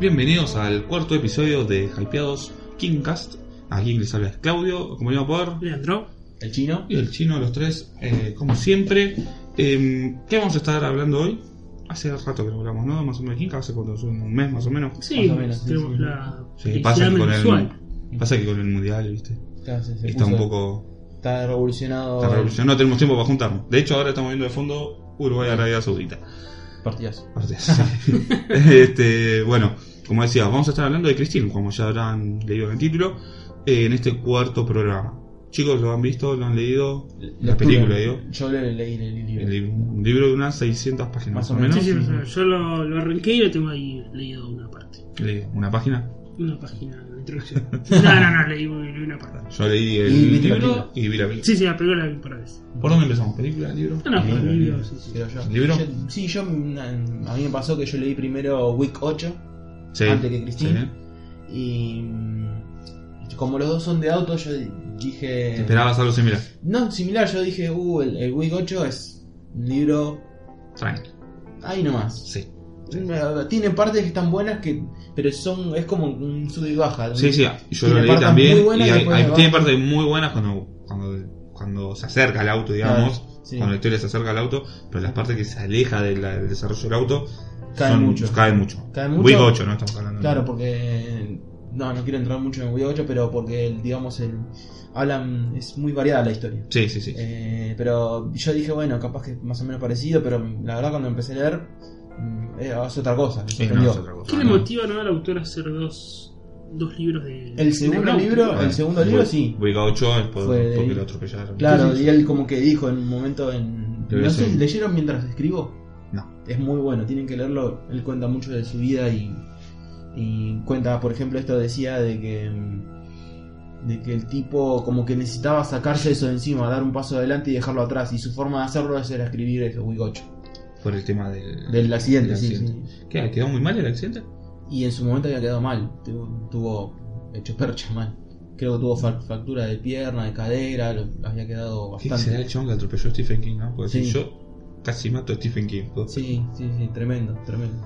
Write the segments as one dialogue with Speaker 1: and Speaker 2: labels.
Speaker 1: Bienvenidos al cuarto episodio de Hypeados Kingcast. Aquí les habla Claudio, acompañado por
Speaker 2: Leandro,
Speaker 3: El chino.
Speaker 1: y el chino, los tres, eh, como siempre. Eh, ¿Qué vamos a estar hablando hoy? Hace rato que no hablamos, ¿no? Más o menos de Kingcast, hace cuánto, un mes más o menos.
Speaker 2: sí,
Speaker 3: Más o menos, sí,
Speaker 2: tenemos
Speaker 3: sí.
Speaker 2: la
Speaker 1: Sí,
Speaker 2: felicidad
Speaker 1: pasa que, con
Speaker 2: mensual.
Speaker 1: el, pasa que con el mundial, ¿viste?
Speaker 3: Claro, se- se
Speaker 1: Está un
Speaker 3: puso-
Speaker 1: poco.
Speaker 3: Está revolucionado.
Speaker 1: Está revolucionado, no tenemos tiempo para juntarnos. De hecho, ahora estamos viendo de fondo Uruguay Arabia Saudita.
Speaker 3: Partidas.
Speaker 1: Aparte, sí. este, bueno, como decía, vamos a estar hablando de Christine, como ya habrán leído en el título, eh, en este cuarto programa. Chicos, lo han visto, lo han leído, la
Speaker 3: Lectura.
Speaker 1: película, digo.
Speaker 3: Yo le leí el libro.
Speaker 1: El li- un libro de unas 600 páginas más,
Speaker 3: Más
Speaker 1: o
Speaker 3: o
Speaker 1: menos.
Speaker 2: Sí, sí,
Speaker 3: ¿no?
Speaker 2: o sea, yo lo, lo arranqué y lo tengo ahí leído una parte.
Speaker 1: Leí una página.
Speaker 2: Una página de introducción. no, no, no, leí, leí una parte.
Speaker 1: Yo leí
Speaker 3: Y
Speaker 1: el
Speaker 3: viste la
Speaker 1: libro
Speaker 3: película.
Speaker 1: y vi la película.
Speaker 2: Sí, sí, la película la vi un par de veces.
Speaker 1: ¿Por dónde empezamos? ¿Película, libro?
Speaker 2: No, no,
Speaker 3: Libro,
Speaker 2: pero el libro,
Speaker 3: libro.
Speaker 2: sí, sí.
Speaker 3: Pero yo,
Speaker 1: ¿Libro?
Speaker 3: yo- sí, yo. na- A mí me pasó que yo leí primero Week 8
Speaker 1: Sí.
Speaker 3: Antes que Christine.
Speaker 1: Sí.
Speaker 3: y. mm, Como los dos son de auto, yo dije.
Speaker 1: Te esperabas algo similar.
Speaker 3: No, similar, yo dije, uh, el, el Week 8 es un libro.
Speaker 1: Tranquilo.
Speaker 3: Ahí nomás.
Speaker 1: Sí.
Speaker 3: Eh, Tiene partes que están buenas, que pero son es como un sub y baja.
Speaker 1: Sí, sí, yo lo
Speaker 3: Tiene
Speaker 1: leí
Speaker 3: partes
Speaker 1: también.
Speaker 3: muy
Speaker 1: Y
Speaker 3: buenas y
Speaker 1: hay,
Speaker 3: después
Speaker 1: hay-
Speaker 3: abajo.
Speaker 1: tiene partes muy buenas cuando, cuando, cuando se acerca al auto, digamos.
Speaker 3: Claro, sí.
Speaker 1: Cuando la historia se acerca al auto, pero las partes que se aleja de la- del desarrollo del auto
Speaker 3: Caen
Speaker 1: son-
Speaker 3: mucho.
Speaker 1: caen mucho.
Speaker 3: Caen mucho.
Speaker 1: Week 8, ¿no? Estamos hablando. de-
Speaker 3: Claro, porque no, no quiero entrar mucho en Wii 8, pero porque el, digamos el hablan es muy variada la historia.
Speaker 1: Sí, sí, sí.
Speaker 3: Eh, pero yo dije, bueno, capaz que es más o menos parecido, pero la verdad cuando empecé a leer mm, eh, es otra cosa, me
Speaker 1: Sí, no,
Speaker 3: sorprendió.
Speaker 1: es otra cosa,
Speaker 2: ¿Qué le
Speaker 1: ¿no?
Speaker 2: motiva ¿no? al autor a hacer dos, dos libros de.
Speaker 3: El segundo
Speaker 2: de
Speaker 3: libro,
Speaker 1: Bueno,
Speaker 3: el segundo libro
Speaker 1: Week-
Speaker 3: sí.
Speaker 1: Week 8 es por,
Speaker 3: Fue de
Speaker 1: porque
Speaker 3: ahí.
Speaker 1: lo atropellaron.
Speaker 3: Claro,
Speaker 2: Sí, sí,
Speaker 3: y él como que dijo en un momento en
Speaker 1: Debe
Speaker 3: no sé,
Speaker 1: ser.
Speaker 3: leyeron mientras escribo.
Speaker 1: No.
Speaker 3: es muy bueno, tienen que leerlo, él cuenta mucho de su vida y, y cuenta, por ejemplo, esto decía de que mm, de que el tipo como que necesitaba sacarse eso de encima, dar un paso adelante y dejarlo atrás, y su forma de hacerlo es era escribir eso, Wig 8,
Speaker 1: Por el tema del,
Speaker 3: del accidente,
Speaker 1: Ah, del
Speaker 3: sí,
Speaker 1: accidente.
Speaker 3: sí.
Speaker 1: ¿Qué? ¿Le ¿Quedó muy mal el accidente?
Speaker 3: Y en su momento había quedado mal, tuvo, tuvo hecho percha mal. Creo que tuvo fa- fractura de pierna, de cadera, lo- había quedado
Speaker 1: ¿Qué será el
Speaker 3: bastante.
Speaker 1: chabón que atropelló a Stephen King, no? Porque
Speaker 3: Sí.
Speaker 1: si yo casi mato a Stephen King. ¿no?
Speaker 3: Sí, sí, sí, tremendo, tremendo.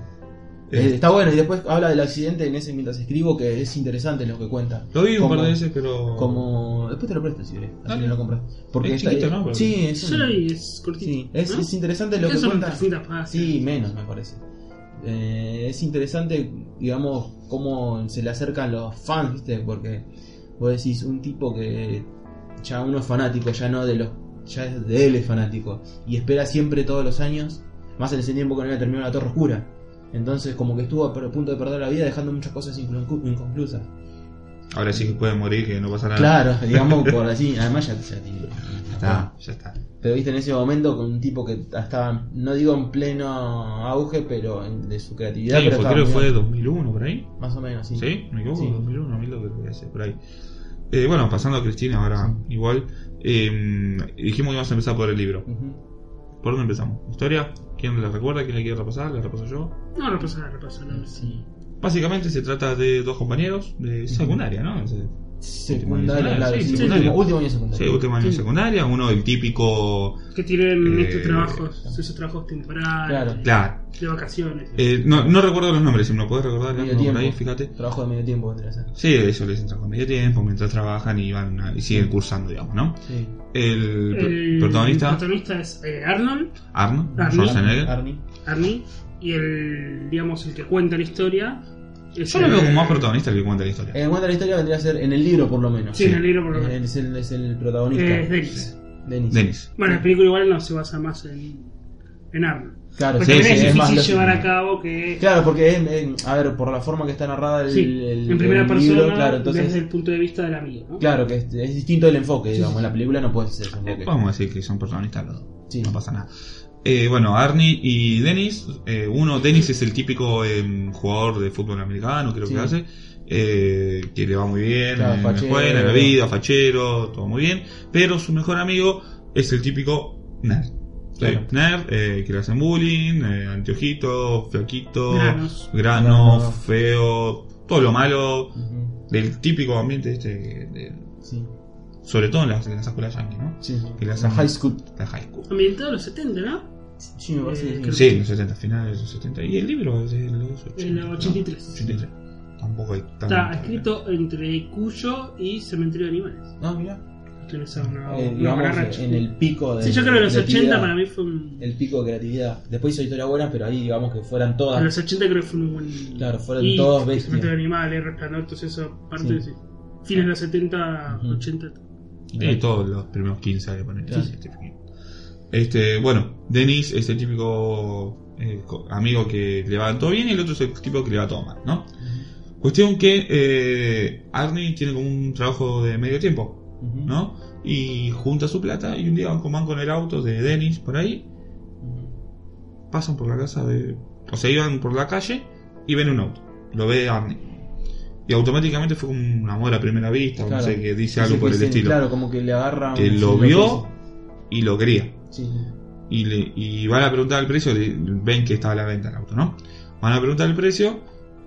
Speaker 1: Eh,
Speaker 3: Eh, está bueno, y después habla del accidente en ese mientras escribo, que es interesante lo que cuenta.
Speaker 1: Lo vi un
Speaker 3: como-
Speaker 1: par de veces, pero.
Speaker 3: Como. Después te lo presto si querés, así
Speaker 1: Dale.
Speaker 3: no lo compras. Porque
Speaker 1: Es
Speaker 3: está-
Speaker 1: chiquito, ¿no? Pero-
Speaker 3: Sí, es,
Speaker 2: Yo
Speaker 3: un-
Speaker 2: lo vi, es cortito.
Speaker 3: sí, es,
Speaker 2: ¿no?
Speaker 3: es interesante lo
Speaker 2: ¿Qué
Speaker 3: que
Speaker 2: son
Speaker 3: cuenta.
Speaker 2: 300 páginas?
Speaker 3: Ah, Sí, menos me parece. Eh, es interesante, digamos, cómo se le acercan los fans, ¿viste? Porque vos decís, un tipo que ya uno es fanático, ya no de los. Ya es de él es fanático. Y espera siempre todos los años, más en ese tiempo que no había terminado la Torre Oscura. Entonces, como que estuvo a per- punto de perder la vida, dejando muchas cosas inconclu- inconclusas.
Speaker 1: Ahora sí que puede morir, que no pasa nada.
Speaker 3: Claro, Ah. digamos, por así. Además, ya, ya tiene-
Speaker 1: Ya está, ya está.
Speaker 3: Pero viste en ese momento con un tipo que estaba, no digo en pleno auge, pero en- de su creatividad.
Speaker 1: Sí,
Speaker 3: pero
Speaker 1: fue-
Speaker 3: estaba
Speaker 1: creo que
Speaker 3: muy-
Speaker 1: fue de 2001 por ahí.
Speaker 3: Más o menos, sí.
Speaker 1: ¿Sí? Uh, ¿Me equivoco?
Speaker 3: Sí.
Speaker 1: 2001, 2002 creo que hace, por ahí. Eh, bueno, pasando a Cristina ahora, igual. eh, dijimos que íbamos a empezar por el libro.
Speaker 3: Ujú.
Speaker 1: ¿Por dónde empezamos? ¿Historia? ¿Quién la recuerda? ¿Quién la quiere repasar? ¿La repaso yo?
Speaker 2: No, repasala, repasala. a ver si-
Speaker 1: Básicamente se trata de dos compañeros de secundaria, ¿no? Se-
Speaker 3: secundaria, claro,
Speaker 1: Sí,
Speaker 3: sí,
Speaker 1: secundaria.
Speaker 3: último, último año
Speaker 1: Sí,
Speaker 3: secundaria.
Speaker 1: último año de
Speaker 2: Sí.
Speaker 1: secundaria, uno el típico.
Speaker 2: Que tienen
Speaker 1: Eh,
Speaker 2: estos trabajos, esos trabajos temporales,
Speaker 3: Claro.
Speaker 1: Claro.
Speaker 2: de vacaciones.
Speaker 1: Eh, no, no recuerdo los nombres, si me lo podés recordar,
Speaker 3: Medio
Speaker 1: Leandro, por
Speaker 3: tiempo.
Speaker 1: ahí, fíjate.
Speaker 3: Trabajo de medio tiempo vendría a ser.
Speaker 1: Sí, eso les entra con medio tiempo, mientras trabajan y van a- y siguen cursando, digamos, ¿no?
Speaker 3: Sí.
Speaker 1: El, pr- protagonista,
Speaker 2: Eh, protagonista es eh, Arnold,
Speaker 1: Arnold
Speaker 2: Arnold.
Speaker 1: Schwarzenegger.
Speaker 3: Arnie.
Speaker 2: Arnie, y el, digamos, el que cuenta la historia. es
Speaker 1: Yo lo
Speaker 2: el-
Speaker 1: veo como más protagonista el que cuenta la historia.
Speaker 3: El cuenta la historia vendría a ser en el libro, por lo menos.
Speaker 2: Sí, en el libro por lo menos.
Speaker 3: Él es el, es el protagonista.
Speaker 2: Eh, es Dennis.
Speaker 3: Dennis.
Speaker 1: Dennis.
Speaker 2: Bueno, la película igual no se basa más en, en Arnold.
Speaker 3: Claro,
Speaker 2: Pero
Speaker 1: Sí,
Speaker 2: también
Speaker 1: sí,
Speaker 2: es
Speaker 1: es
Speaker 2: difícil
Speaker 3: más lógico.
Speaker 2: llevar a cabo que.
Speaker 3: Claro, porque es, es- a ver, por la forma que está narrada el,
Speaker 2: sí,
Speaker 3: el-
Speaker 2: en primera
Speaker 3: el
Speaker 2: persona,
Speaker 3: libro, claro, entonces,
Speaker 2: desde el punto de vista del amigo. ¿no?
Speaker 3: claro que es, es distinto el enfoque, digamos, en la película no puede ser ese
Speaker 1: Eh,
Speaker 3: enfoque.
Speaker 1: Vamos a decir que son protagonistas los dos.
Speaker 3: Sí.
Speaker 1: No pasa nada. Eh, bueno, Arnie y Dennis. eh, uno, Dennis es el típico em, jugador de fútbol americano, creo
Speaker 3: Sí.
Speaker 1: que hace. eh, que le va muy bien
Speaker 3: Claro,
Speaker 1: en
Speaker 3: fachero.
Speaker 1: la escuela, en la vida, fachero, todo muy bien. Pero su mejor amigo es el típico nerd.
Speaker 3: Claro.
Speaker 1: Eh, nerd, eh, que le hacen bullying, eh, anteojito, flaquito,
Speaker 2: Granos.
Speaker 1: grano,
Speaker 3: Granos.
Speaker 1: feo, todo lo malo
Speaker 3: Ujú,
Speaker 1: del típico ambiente este, que- de-
Speaker 3: Sí,
Speaker 1: sobre todo en las, en las escuelas yankees, ¿no?
Speaker 3: sí, sí.
Speaker 1: Que le
Speaker 3: La
Speaker 1: hacen-
Speaker 3: high school.
Speaker 1: La high school.
Speaker 2: Ambientado en los 70, ¿no?
Speaker 3: Sí, me parece que
Speaker 2: Eh,
Speaker 3: sí.
Speaker 1: Sí, en los 70, finales de los 70. Y el libro es de los 80.
Speaker 2: En los
Speaker 1: ¿no?
Speaker 2: 83.
Speaker 1: 83. Tampoco hay tanto.
Speaker 2: Está escrito entre Cuyo y Cementerio de Animales.
Speaker 3: Ah, mira.
Speaker 2: Esto no es una,
Speaker 3: Eh,
Speaker 2: una buena
Speaker 3: digamos,
Speaker 2: racha.
Speaker 3: en el pico de.
Speaker 2: Sí, yo creo que los 80
Speaker 3: creatividad,
Speaker 2: para mí fue un.
Speaker 3: El pico de creatividad. Después hizo historia buena, pero ahí digamos que fueran todas.
Speaker 2: En los 80 creo que fue un buen.
Speaker 3: Claro, fueron
Speaker 2: hit,
Speaker 3: todos bestias.
Speaker 2: Cementerio de Animales, Resplandor, todo eso. Parte
Speaker 3: Sí.
Speaker 2: de ese- Fines de los 70,
Speaker 3: Ujú.
Speaker 2: 80.
Speaker 1: Y todos los primeros 15 hay que poner.
Speaker 3: Claro.
Speaker 1: Este, este, bueno, Denis es el típico eh, co- amigo que le va todo bien y el otro es el tipo que le va todo mal, ¿no? Cuestión que eh, Arnie tiene como un trabajo de medio tiempo.
Speaker 3: Ujú.
Speaker 1: ¿no? Y junta su plata y un día van con, van con el auto de Dennis por ahí,
Speaker 3: Ujú.
Speaker 1: pasan por la casa de... O sea, iban por la calle y ven un auto. Lo ve Arnie. Y automáticamente fue como un amor a primera vista, o no
Speaker 3: Claro.
Speaker 1: sé, que dice
Speaker 3: Dice
Speaker 1: algo por
Speaker 3: que
Speaker 1: el
Speaker 3: se-
Speaker 1: estilo.
Speaker 3: Claro, como que le agarra.
Speaker 1: que
Speaker 3: un-
Speaker 1: lo
Speaker 3: sí,
Speaker 1: vio y lo quería.
Speaker 3: Sí, sí.
Speaker 1: Y, le, y van a preguntar el precio, le- ven que estaba a la venta el auto, ¿no? Van a preguntar el precio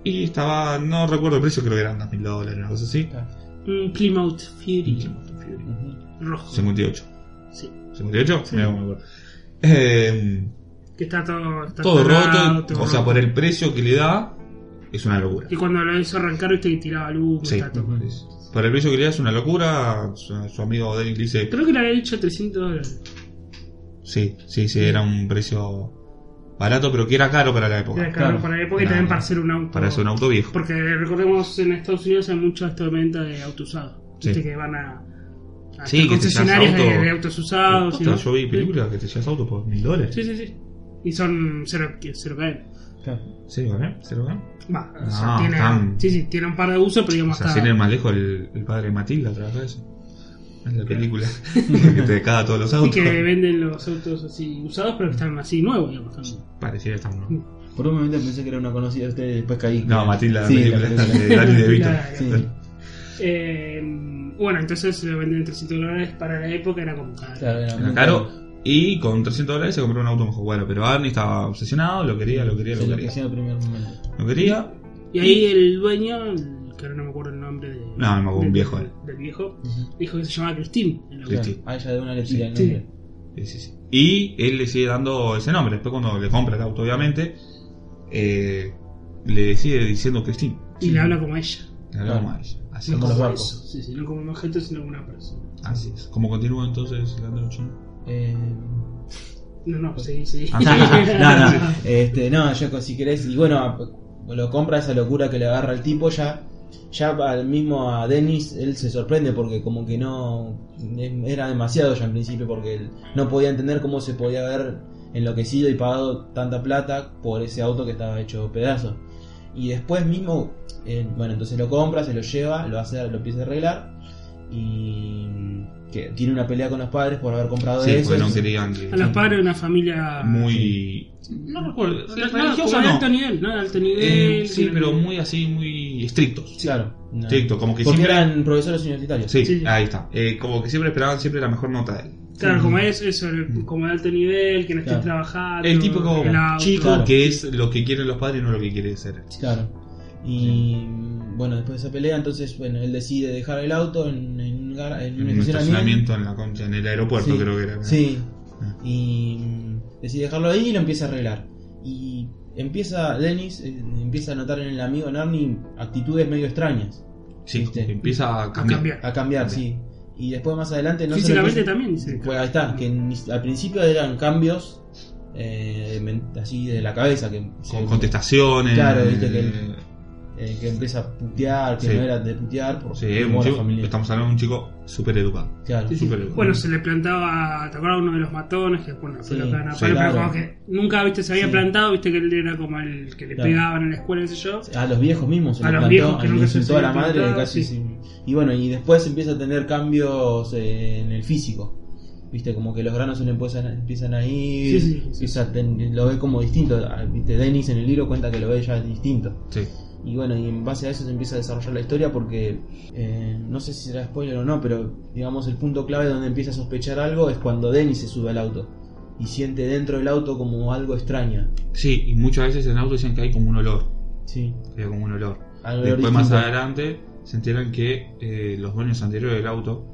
Speaker 1: y estaba, no recuerdo el precio, creo que eran 2.000 dólares, una cosa así.
Speaker 3: Claro.
Speaker 2: Un Plymouth
Speaker 1: Y-
Speaker 2: Fury
Speaker 3: Ujú.
Speaker 2: rojo.
Speaker 1: 58.
Speaker 2: Sí.
Speaker 1: ¿58?
Speaker 2: Sí.
Speaker 1: Mirá cómo me acuerdo. Eh,
Speaker 2: Que está todo. está
Speaker 1: todo
Speaker 2: tarado,
Speaker 1: roto,
Speaker 2: todo
Speaker 1: o sea,
Speaker 2: roto.
Speaker 1: por el precio que le da, es una locura.
Speaker 2: Y cuando lo hizo arrancar, viste que tiraba luz.
Speaker 1: Sí.
Speaker 2: está todo-
Speaker 3: Ujú.
Speaker 1: Es- Por el precio que le da es una locura. Su, su amigo Dennis le dice,
Speaker 2: Creo que le había dicho 300 dólares.
Speaker 1: sí, sí, sí, era un precio barato, pero que era caro para la
Speaker 2: Era
Speaker 1: época.
Speaker 2: caro
Speaker 3: claro.
Speaker 2: para la época y
Speaker 1: Claro.
Speaker 2: también para hacer un auto.
Speaker 1: Para hacer un auto viejo.
Speaker 2: Porque recordemos, en Estados Unidos hay muchas esto de venta de autos usados.
Speaker 1: Sí.
Speaker 2: Viste que van a. a
Speaker 1: Sí, que te
Speaker 2: concesionarios
Speaker 1: llevas
Speaker 2: de,
Speaker 1: auto-
Speaker 2: de autos usados. y
Speaker 1: Puta,
Speaker 2: demás.
Speaker 1: yo vi películas que te llevas auto por mil dólares.
Speaker 2: ah, Sí, sí, sí. Y son cero, que- cero cadena.
Speaker 3: Claro.
Speaker 1: ¿Se lo gané? ¿Se lo gané?
Speaker 2: Va, o
Speaker 3: Ah,
Speaker 1: No,
Speaker 2: sea, tiene,
Speaker 1: tan-
Speaker 2: sí, sí, tiene un par de usos, pero
Speaker 1: O
Speaker 2: digamos
Speaker 1: sea,
Speaker 2: hasta
Speaker 1: sin ir más lejos, el, el padre de Matilda trabaja eso. En la película. que te caga todos los
Speaker 2: Y
Speaker 1: autos.
Speaker 2: que venden los autos así usados, pero que están así nuevos, digamos. También.
Speaker 1: Pareciera estar uno.
Speaker 3: Por un momento pensé que era una conocida de ustedes, después caí.
Speaker 1: No, Matilda, la
Speaker 3: Sí,
Speaker 1: película
Speaker 3: la película.
Speaker 1: de Danny DeVito.
Speaker 2: Claro.
Speaker 3: Sí.
Speaker 2: Eh, bueno, entonces lo venden en 300 dólares para la época, era como caro.
Speaker 3: Claro, era
Speaker 1: Era
Speaker 3: muy
Speaker 1: caro. Y con 300 dólares se compró un auto mejor. Bueno, pero Arnie estaba obsesionado, lo quería, lo quería,
Speaker 3: Se
Speaker 1: lo
Speaker 3: lo
Speaker 1: quería.
Speaker 3: hacía en el primer momento.
Speaker 1: Lo quería.
Speaker 2: Y ahí el dueño, el- que ahora no me acuerdo el nombre de,
Speaker 1: No, me acuerdo, un
Speaker 2: del-
Speaker 1: viejo él.
Speaker 2: del viejo,
Speaker 3: Ujú.
Speaker 2: dijo que se llamaba Christine. en la
Speaker 1: Sí.
Speaker 2: web.
Speaker 3: Claro, A ella de una le tira el
Speaker 2: Sí.
Speaker 3: nombre.
Speaker 1: Sí, sí, sí. Y él le sigue dando ese nombre. Después, cuando le compra el auto, obviamente, eh, le sigue diciendo Christine.
Speaker 2: Y le habla como ella.
Speaker 1: Le hablamos a ella. Así
Speaker 3: Como
Speaker 1: es.
Speaker 3: los
Speaker 2: Por
Speaker 3: barcos.
Speaker 2: eso, sí, sí, no como un objeto, sino como una persona.
Speaker 1: Así es. ¿Cómo continúa entonces Leandro Chino?
Speaker 3: Eh,
Speaker 2: No, no, sí, sí.
Speaker 1: Ah,
Speaker 3: no, no, no. Este, no, yo si querés, y bueno, lo compra esa locura que le agarra el tipo, ya, ya al mismo a Dennis, él se sorprende porque como que no em, era demasiado ya en principio, porque él no podía entender cómo se podía haber enloquecido y pagado tanta plata por ese auto que estaba hecho pedazos. Y después mismo, eh, bueno, entonces lo compra, se lo lleva, lo hace, lo empieza a arreglar y que tiene una pelea con los padres por haber comprado
Speaker 1: Sí,
Speaker 3: eso.
Speaker 1: porque no
Speaker 3: y-
Speaker 1: querían que.
Speaker 2: A los padres de una familia.
Speaker 1: Muy. No recuerdo.
Speaker 2: No,
Speaker 1: Religiosa
Speaker 2: como de
Speaker 1: no.
Speaker 2: alto nivel, ¿no? De alto nivel.
Speaker 1: Eh, sí,
Speaker 2: que-
Speaker 1: pero muy así, muy estrictos.
Speaker 3: Claro. no.
Speaker 1: Estricto, como que
Speaker 3: Porque
Speaker 1: siempre.
Speaker 3: eran profesores universitarios.
Speaker 1: Sí,
Speaker 2: Sí.
Speaker 1: ahí está. Eh, como que siempre esperaban siempre la mejor nota de él.
Speaker 2: Claro,
Speaker 3: Sí.
Speaker 2: como es eso, el- como de alto nivel, que no estés
Speaker 3: Claro.
Speaker 2: trabajando.
Speaker 1: El típico
Speaker 2: el auto.
Speaker 1: chico
Speaker 3: Claro.
Speaker 1: que es lo que quieren los padres y no lo que quiere ser.
Speaker 3: Claro. Y bueno, después de esa pelea, entonces, bueno, él decide dejar el auto en, en un, gar- en un
Speaker 1: En un estacionamiento en la concha, en el aeropuerto creo que era.
Speaker 3: Sí.
Speaker 1: Ah.
Speaker 3: Y mm, decide dejarlo ahí y lo empieza a arreglar. Y empieza, Dennis eh, empieza a notar en el amigo Narni actitudes medio extrañas.
Speaker 1: Sí,
Speaker 3: Viste.
Speaker 1: empieza a cambiar.
Speaker 2: cambiar.
Speaker 3: A cambiar, sí. Y después más adelante no se lo
Speaker 2: Físicamente
Speaker 3: empieza-
Speaker 2: también, dice.
Speaker 3: Pues ahí está, que ni- al principio eran cambios eh, men- así de la cabeza. Que,
Speaker 1: Con
Speaker 3: se-
Speaker 1: contestaciones.
Speaker 3: Claro, viste que el-
Speaker 1: eh,
Speaker 3: eh, que empieza a putear, que
Speaker 1: Sí.
Speaker 3: no era de putear por
Speaker 1: sí,
Speaker 3: por
Speaker 1: un
Speaker 3: la
Speaker 1: chico-
Speaker 3: familia.
Speaker 1: estamos hablando de un chico súper educado.
Speaker 3: Claro.
Speaker 1: Sí, Súper educado.
Speaker 2: Bueno, se le plantaba, ¿te acuerdas uno de los matones? Que bueno,
Speaker 3: Sí,
Speaker 2: fue lo que ganaba
Speaker 1: sí,
Speaker 2: palo, pero
Speaker 3: claro.
Speaker 2: como que nunca viste, se había
Speaker 3: Sí.
Speaker 2: plantado, viste que él era como el que le
Speaker 3: Claro.
Speaker 2: pegaban en la escuela, qué sé yo.
Speaker 3: A los viejos mismos se
Speaker 2: A
Speaker 3: le
Speaker 2: los
Speaker 3: plantó,
Speaker 2: viejos que
Speaker 3: le
Speaker 2: nunca se
Speaker 3: insultó a la
Speaker 2: habían
Speaker 3: madre,
Speaker 2: plantado,
Speaker 3: casi
Speaker 2: sí.
Speaker 3: sin- Y bueno, y después empieza a tener cambios eh, en el físico. Viste, como que los granos se le empiezan, empiezan a
Speaker 2: Sí,
Speaker 3: ir.
Speaker 2: sí, sí.
Speaker 3: empieza a ten- lo ve como distinto. Ah, Viste, Dennis en el libro cuenta que lo ve ya distinto.
Speaker 1: Sí.
Speaker 3: Y bueno, y en base a eso se empieza a desarrollar la historia porque eh, no sé si será spoiler o no, pero digamos el punto clave donde empieza a sospechar algo es cuando Dennis se sube al auto y siente dentro del auto como algo extraño.
Speaker 1: Sí, y muchas veces en el auto decían que hay como un olor.
Speaker 3: Sí,
Speaker 1: Que hay como un olor.
Speaker 3: algo
Speaker 1: Después más
Speaker 3: distinto.
Speaker 1: adelante se enteran que eh, los dueños anteriores del auto,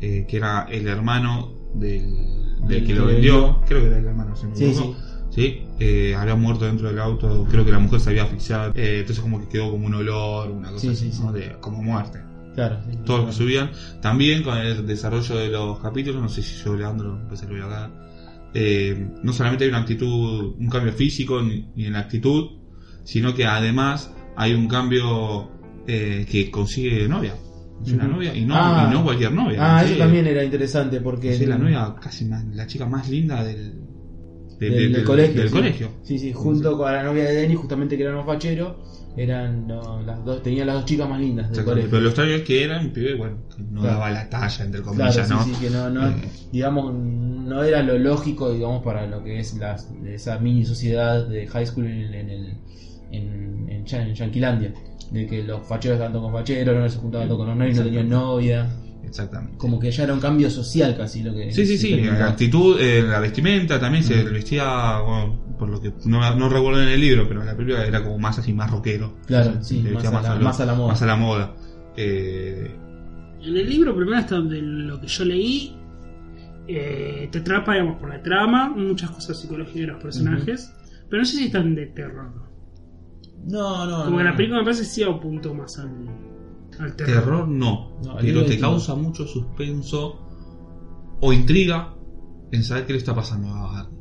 Speaker 1: eh, que era el hermano del, del
Speaker 3: Del
Speaker 1: que lo
Speaker 3: que
Speaker 1: vendió, creo que era el hermano, si no me
Speaker 3: Sí,
Speaker 1: equivoco, sí, eh, había muerto dentro del auto, creo que la mujer se había asfixiado, eh, entonces como que quedó como un olor, una cosa
Speaker 3: Sí,
Speaker 1: así,
Speaker 3: sí,
Speaker 1: ¿no?
Speaker 3: sí.
Speaker 1: De- como muerte.
Speaker 3: Claro, sí,
Speaker 1: Todos los que
Speaker 3: claro.
Speaker 1: subían, también con el desarrollo de los capítulos, no sé si yo Leandro, empecé a lo vi acá, eh, no solamente hay una actitud, un cambio físico ni, ni en la actitud, sino que además hay un cambio eh, que consigue novia. Es una
Speaker 3: Ujú.
Speaker 1: novia y no,
Speaker 3: Ah.
Speaker 1: y no cualquier novia.
Speaker 3: Ah,
Speaker 1: sí.
Speaker 3: eso también era interesante porque.
Speaker 1: Sí, la novia casi más, la chica más linda del, de-
Speaker 3: del,
Speaker 1: de-
Speaker 3: del
Speaker 1: del-
Speaker 3: colegio.
Speaker 1: del
Speaker 3: sí.
Speaker 1: colegio.
Speaker 3: Sí, sí, junto con la novia de Denis, justamente que era un fachero, eran no, las dos, tenían las dos chicas más lindas del
Speaker 1: Exactamente.
Speaker 3: colegio.
Speaker 1: Pero lo extraño es que era un pibe, bueno, que no
Speaker 3: Claro.
Speaker 1: daba la talla, entre
Speaker 3: Claro,
Speaker 1: comillas,
Speaker 3: sí,
Speaker 1: ¿no?
Speaker 3: sí, que no, no,
Speaker 1: Eh.
Speaker 3: digamos, no era lo lógico, digamos, para lo que es las, esa mini sociedad de high school en, en el en, en, Yan- en Yanquilandia, de que los facheros estaban con facheros, no se juntaban tanto con los nerds, no tenían novia,
Speaker 1: Exactamente.
Speaker 3: como que ya era un cambio social casi lo que
Speaker 1: Sí, sí,
Speaker 3: se
Speaker 1: sí,
Speaker 3: terminó.
Speaker 1: la actitud, eh, la vestimenta también se vestía, bueno, por lo que no, no recuerdo en el libro, pero en la película era como más así, más rockero.
Speaker 3: Claro, sí,
Speaker 1: Se
Speaker 3: más
Speaker 1: vestía
Speaker 3: a, la,
Speaker 1: lo-
Speaker 3: más a la moda.
Speaker 1: Más a la moda. Eh,
Speaker 2: En el libro, primero, hasta de lo que yo leí, eh, te atrapa, digamos, por la trama, muchas cosas psicológicas de los personajes, pero no sé si están de terror.
Speaker 3: No, no.
Speaker 2: Como
Speaker 3: no,
Speaker 2: que la
Speaker 3: no.
Speaker 2: película me parece que sí un punto más al, al terror.
Speaker 1: terror no,
Speaker 3: No,
Speaker 1: pero
Speaker 3: el libro es
Speaker 1: te
Speaker 3: distinto.
Speaker 1: causa mucho suspenso o intriga en saber qué le está pasando a Arnie.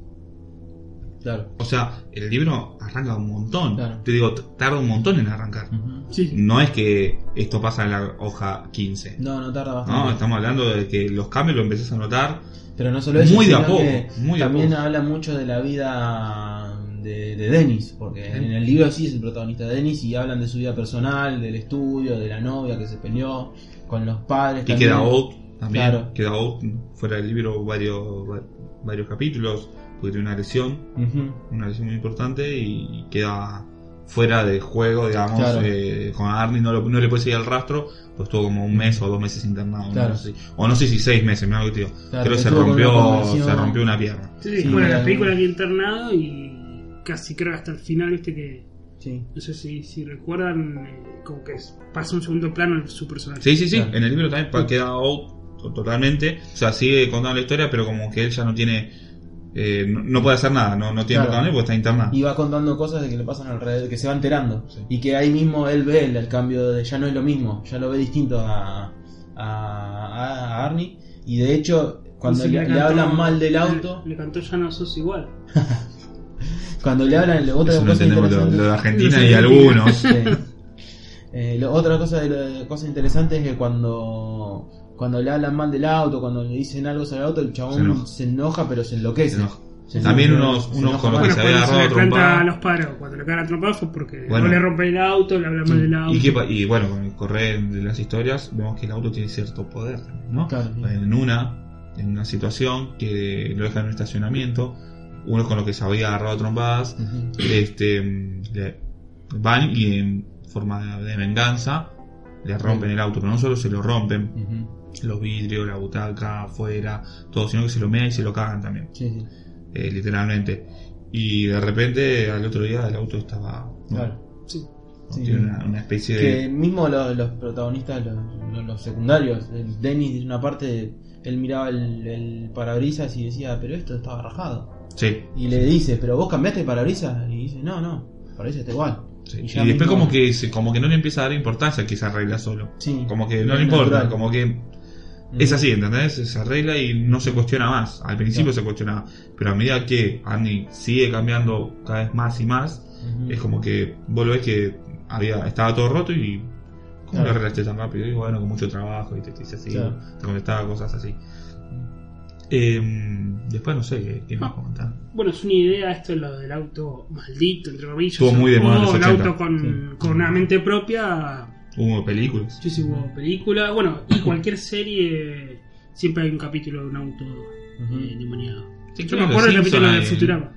Speaker 3: Claro.
Speaker 1: O sea, el libro arranca un montón.
Speaker 3: Claro.
Speaker 1: Te digo, t- tarda un montón en arrancar.
Speaker 2: Sí, sí.
Speaker 1: No es que esto pasa en la hoja 15.
Speaker 3: No, no tarda bastante.
Speaker 1: No, estamos hablando de que los cambios lo empezás a notar
Speaker 3: Pero no solo eso,
Speaker 1: Muy de a
Speaker 3: sino
Speaker 1: poco,
Speaker 3: que
Speaker 1: muy de a
Speaker 3: también
Speaker 1: poco.
Speaker 3: habla mucho de la vida de, de Dennis, porque en el libro sí es el protagonista de Dennis y hablan de su vida personal, del estudio, de la novia que se peleó, con los padres.
Speaker 1: Y
Speaker 3: también.
Speaker 1: queda out también.
Speaker 3: Claro.
Speaker 1: Queda out fuera del libro varios, va- varios capítulos, porque tiene una lesión,
Speaker 3: Ujú.
Speaker 1: una lesión muy importante y queda fuera de juego, digamos.
Speaker 3: Claro.
Speaker 1: eh, con Arnie no, lo- no le puede seguir el rastro, pues estuvo como un mes o dos meses internado.
Speaker 3: Claro.
Speaker 1: No sé, si- o no sé si seis meses, me hago que te digo.
Speaker 3: Claro,
Speaker 1: Creo que se
Speaker 3: estuvo con una
Speaker 1: rompió,
Speaker 3: conversión.
Speaker 1: se rompió una pierna.
Speaker 2: Sí,
Speaker 3: Sí,
Speaker 2: bueno,
Speaker 3: la-
Speaker 2: la película aquí internado y casi creo hasta el final, viste que,
Speaker 3: Sí.
Speaker 2: no sé si, si recuerdan, eh, como que es- pasa un segundo plano su personaje.
Speaker 1: Sí, sí, sí.
Speaker 3: Claro.
Speaker 1: En el libro también pa- queda out to- totalmente. O sea, sigue contando la historia, pero como que él ya no tiene. eh, no, no puede hacer nada, no, no tiene
Speaker 3: Claro.
Speaker 1: protagonismo porque está internado.
Speaker 3: Y va contando cosas de que le pasan alrededor, que se va enterando.
Speaker 1: Sí.
Speaker 3: Y que ahí mismo él ve el, el cambio de ya no es lo mismo, ya lo ve distinto a, a, a Arnie. Y de hecho, cuando
Speaker 2: Dice que
Speaker 3: le, le
Speaker 2: cantó-
Speaker 3: hablan mal del auto,
Speaker 2: Le, le cantó ya no sos igual.
Speaker 3: cuando le hablan, le otra
Speaker 1: Eso no
Speaker 3: cosa
Speaker 1: entendemos lo,
Speaker 3: interesante-
Speaker 1: lo de Argentina
Speaker 2: Los
Speaker 1: y algunos.
Speaker 3: Sí. Eh, lo- otra cosa, de la- cosa interesante es que cuando, cuando le hablan mal del auto, cuando le dicen algo sobre el auto, el chabón
Speaker 1: Se
Speaker 3: se
Speaker 1: enoja.
Speaker 3: enoja, pero se enloquece.
Speaker 1: Se enoja.
Speaker 3: Se
Speaker 1: También
Speaker 3: enoja,
Speaker 1: unos-
Speaker 3: se
Speaker 1: unos
Speaker 3: enoja
Speaker 1: con los
Speaker 3: mal.
Speaker 1: que
Speaker 2: Bueno,
Speaker 1: se había
Speaker 2: cuando se
Speaker 1: agarrado
Speaker 2: le planta
Speaker 1: trompada.
Speaker 2: a los paros, cuando le cagan a trompada fue porque
Speaker 1: Bueno.
Speaker 2: no le rompen el auto, le hablan mal del auto.
Speaker 1: ¿Y, qué pa- y bueno, con el correr de las historias vemos que el auto tiene cierto poder también, ¿no?
Speaker 3: Claro, sí.
Speaker 1: En una, en una situación que lo deja en un estacionamiento, uno con lo que se había agarrado a trompadas,
Speaker 3: Ujú.
Speaker 1: este, mm, le- van y en forma de venganza le rompen el auto, pero no solo se lo rompen,
Speaker 3: Ujú.
Speaker 1: los vidrios, la butaca, afuera, todo, sino que se lo mea y se lo cagan también.
Speaker 3: Sí, sí.
Speaker 1: eh, literalmente. Y de repente al otro día el auto estaba.
Speaker 3: Claro.
Speaker 2: Sí.
Speaker 3: Sí.
Speaker 1: tiene una, una especie
Speaker 3: Que
Speaker 1: de.
Speaker 3: mismo lo- los protagonistas, los, los- los secundarios, el Dennis de una parte, él miraba el, el parabrisas y decía, pero esto estaba rajado.
Speaker 1: Sí,
Speaker 3: Y le dice, pero vos cambiaste el parabrisas. Y dice, no, no, el parabrisas está igual.
Speaker 1: sí.
Speaker 3: Y
Speaker 1: Y,
Speaker 3: ya
Speaker 1: después,
Speaker 3: mismo-
Speaker 1: como que, se- como que no le empieza a dar importancia que se arregla solo.
Speaker 3: Sí.
Speaker 1: Como que no
Speaker 3: Es
Speaker 1: le importa,
Speaker 3: natural.
Speaker 1: como que
Speaker 3: Mm.
Speaker 1: es así, ¿entendés? Se arregla y no se cuestiona más. Al principio se cuestionaba, pero a medida que Annie sigue cambiando cada vez más y más,
Speaker 3: Ujú.
Speaker 1: es como que vos lo ves que había, estaba todo roto y ¿cómo
Speaker 3: Claro.
Speaker 1: lo arreglaste tan rápido? Y bueno, con mucho trabajo y te, te dice así,
Speaker 3: Claro.
Speaker 1: te contestaba cosas así. Em, después no sé qué, qué más
Speaker 2: Ah.
Speaker 1: comentar.
Speaker 2: Bueno, es una idea esto lo del auto maldito, entre comillas.
Speaker 1: Estuvo muy de moda en los
Speaker 2: Hubo un
Speaker 1: 80.
Speaker 2: auto con, con una mente propia.
Speaker 1: Hubo películas.
Speaker 2: Yo sí hubo película. Bueno, y cualquier serie siempre hay un capítulo de un auto
Speaker 3: Ujú.
Speaker 2: eh, endemoniado.
Speaker 1: Sí,
Speaker 2: Yo
Speaker 1: creo
Speaker 2: me
Speaker 1: que
Speaker 2: acuerdo del
Speaker 1: los
Speaker 2: capítulo
Speaker 1: Simpson
Speaker 2: de
Speaker 1: hay-
Speaker 2: Futurama,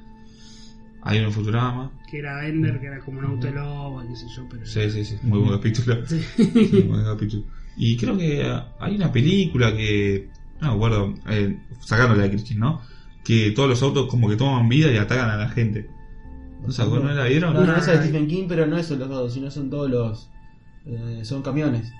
Speaker 1: Hay uno en Futurama.
Speaker 2: que era Ender, que era como un auto de lobo, y qué sé yo, pero.
Speaker 1: Sí, sí, sí. Muy buen capítulo.
Speaker 2: Sí.
Speaker 1: Muy buen capítulo. Y creo que ah, hay una película que. No me acuerdo. Eh, sacándola de Christine, ¿no? Que todos los autos como que toman vida y atacan a la gente. ¿No se acuerdan? ¿No la vieron?
Speaker 3: No, no, esa es
Speaker 2: Ay.
Speaker 3: Stephen King, pero no es los dos, sino son todos los. eh, son camiones